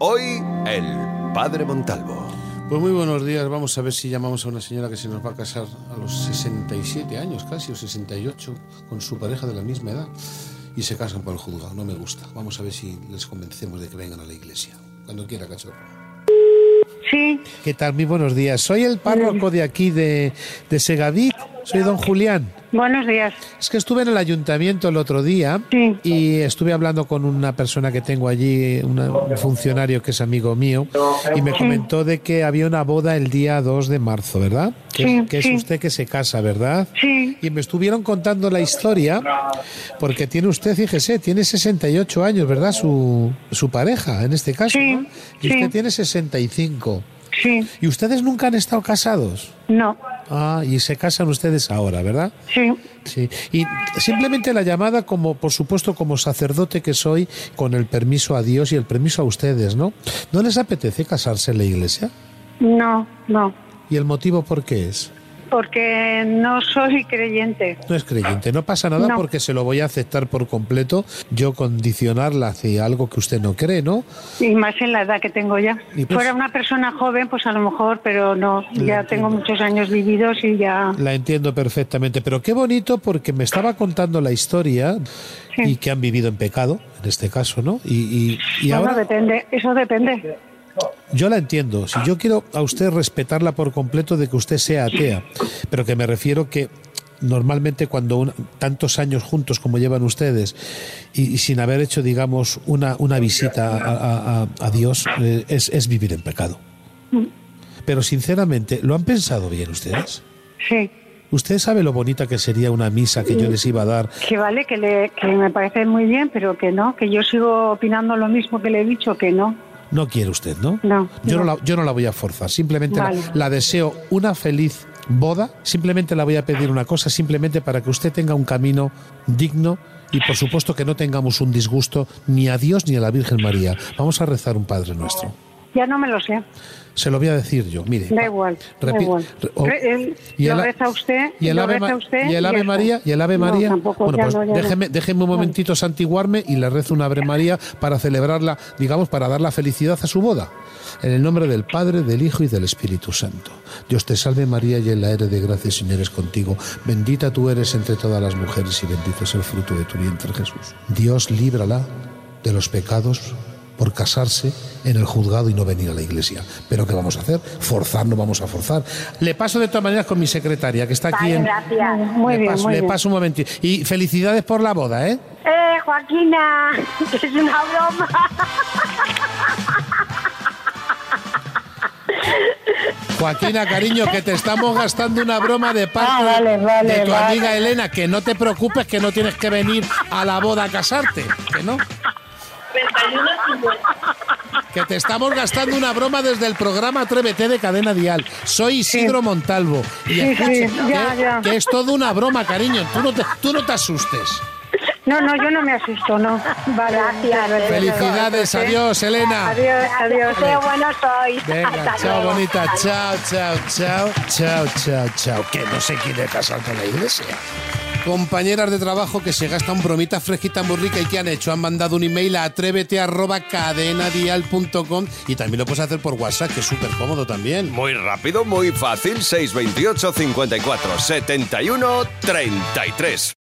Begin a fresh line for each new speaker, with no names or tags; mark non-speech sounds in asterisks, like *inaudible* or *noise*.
Hoy el Padre Montalvo.
Pues muy buenos días, vamos a ver si llamamos a una señora que se nos va a casar a los 67 años casi, o 68, con su pareja de la misma edad, y se casan por el juzgado, no me gusta. Vamos a ver si les convencemos de que vengan a la iglesia, cuando quiera, cachorro.
Sí,
¿Qué tal? Muy buenos días. Soy el párroco de aquí de, de Segavic. Soy don Julián.
buenos días.
Es que estuve en el ayuntamiento el otro día
Sí.
y estuve hablando con una persona que tengo allí, una- un funcionario que es amigo mío, y me comentó de que había una boda el día 2 de marzo, ¿verdad? Que,
Sí,
que es
sí.
usted que se casa, ¿verdad?
Sí,
Y me estuvieron contando la historia, porque tiene usted, fíjese, tiene 68 años, ¿verdad? Su, su pareja, en este caso.
Sí,
¿no? Y usted
sí.
tiene 65.
sí,
¿Y ustedes nunca han estado casados?
no,
Ah, y se casan ustedes ahora, ¿verdad?
sí,
Sí. Y simplemente la llamada, como por supuesto, como sacerdote que soy, con el permiso a Dios y el permiso a ustedes, ¿no? ¿No les apetece casarse en la iglesia?
no, no,
¿Y el motivo por qué es?
porque no soy creyente.
No es creyente, no pasa nada
No.
porque se lo voy a aceptar por completo, yo condicionarla hacia algo que usted no cree, ¿no?
Y más en la edad que tengo ya.
Y pues-
Fuera una persona joven, pues a lo mejor, pero no, ya tengo muchos años vividos y ya...
La entiendo perfectamente, pero qué bonito porque me estaba contando la historia
Sí.
y que han vivido en pecado, en este caso, ¿no? Y, y- y
Bueno,
ahora
depende, eso depende.
yo la entiendo. Si yo quiero a usted respetarla por completo de que usted sea atea, pero que me refiero que normalmente cuando un- tantos años juntos como llevan ustedes y, y sin haber hecho, digamos, una, una visita a, a- a- a Dios, eh, es, es vivir en pecado. Pero sinceramente, ¿lo han pensado bien ustedes?
Sí,
¿Usted sabe lo bonita que sería una misa que yo les iba a dar?
que vale, que, le, que me parece muy bien, pero que no, que yo sigo opinando lo mismo que le he dicho, que no.
No quiere usted, ¿no?
No,
Yo no,
no.
la, yo no la voy a forzar, simplemente la-
Vale.
la, deseo una feliz boda, simplemente la voy a pedir una cosa, simplemente para que usted tenga un camino digno y por supuesto que no tengamos un disgusto ni a Dios ni a la Virgen María. Vamos a rezar un Padre nuestro.
Ya no me lo sé,
Se lo voy a decir yo, mire.
da
pa-
igual, da
repi-
igual.
re- o-
Re- él- lo
a-
reza usted,
y el
lo
Ave,
reza
Ma-
usted
y el
ya
Ave
está.
María y el Ave
No,
María
tampoco,
bueno
ya
pues
no, ya no.
déjeme, déjeme un momentito santiguarme y le rezo una Ave María para celebrarla digamos para dar la felicidad a su boda en el nombre del Padre del Hijo y del Espíritu Santo Dios te salve María llena eres de gracia el Señor es contigo bendita tú eres entre todas las mujeres y bendito es el fruto de tu vientre Jesús Dios líbrala de los pecados por casarse en el juzgado y no venir a la iglesia. ¿Pero qué vamos a hacer? Forzar, no vamos a forzar. Le paso de todas maneras con mi secretaria, que está aquí en,
Muy
le
bien,
paso,
muy
le
bien. *laughs*
paso un momentito. Y felicidades por la boda, ¿eh?
Eh, Joaquina, es una broma.
Joaquina, cariño, que te estamos gastando una broma de parte
Ah, vale, vale,
de tu
vale.
amiga Elena, que no te preocupes, que no tienes que venir a la boda a casarte, que no. Que te estamos gastando una broma desde el programa Atrévete de Cadena Dial. Soy Isidro Montalvo. Y
Sí,
escucha,
sí, ya,
que,
ya.
que es toda una broma, cariño. Tú no te, tú no te asustes.
No, no, yo no me asusto, no. Vale,
Gracias.
vale,
Felicidades,
vale.
adiós, Elena.
¿eh? Adiós, adiós.
Qué bueno soy.
Venga, chao bonita, chao, chao, chao, chao, chao, chao. Que no se quiere casar con la iglesia. Compañeras de trabajo que se gastan bromitas fresquitas muy ricas y que han hecho, han mandado un email a atrévete arroba cadenadial.com y también lo puedes hacer por WhatsApp, que es súper cómodo también.
Muy rápido, muy fácil. 628 54 71 33.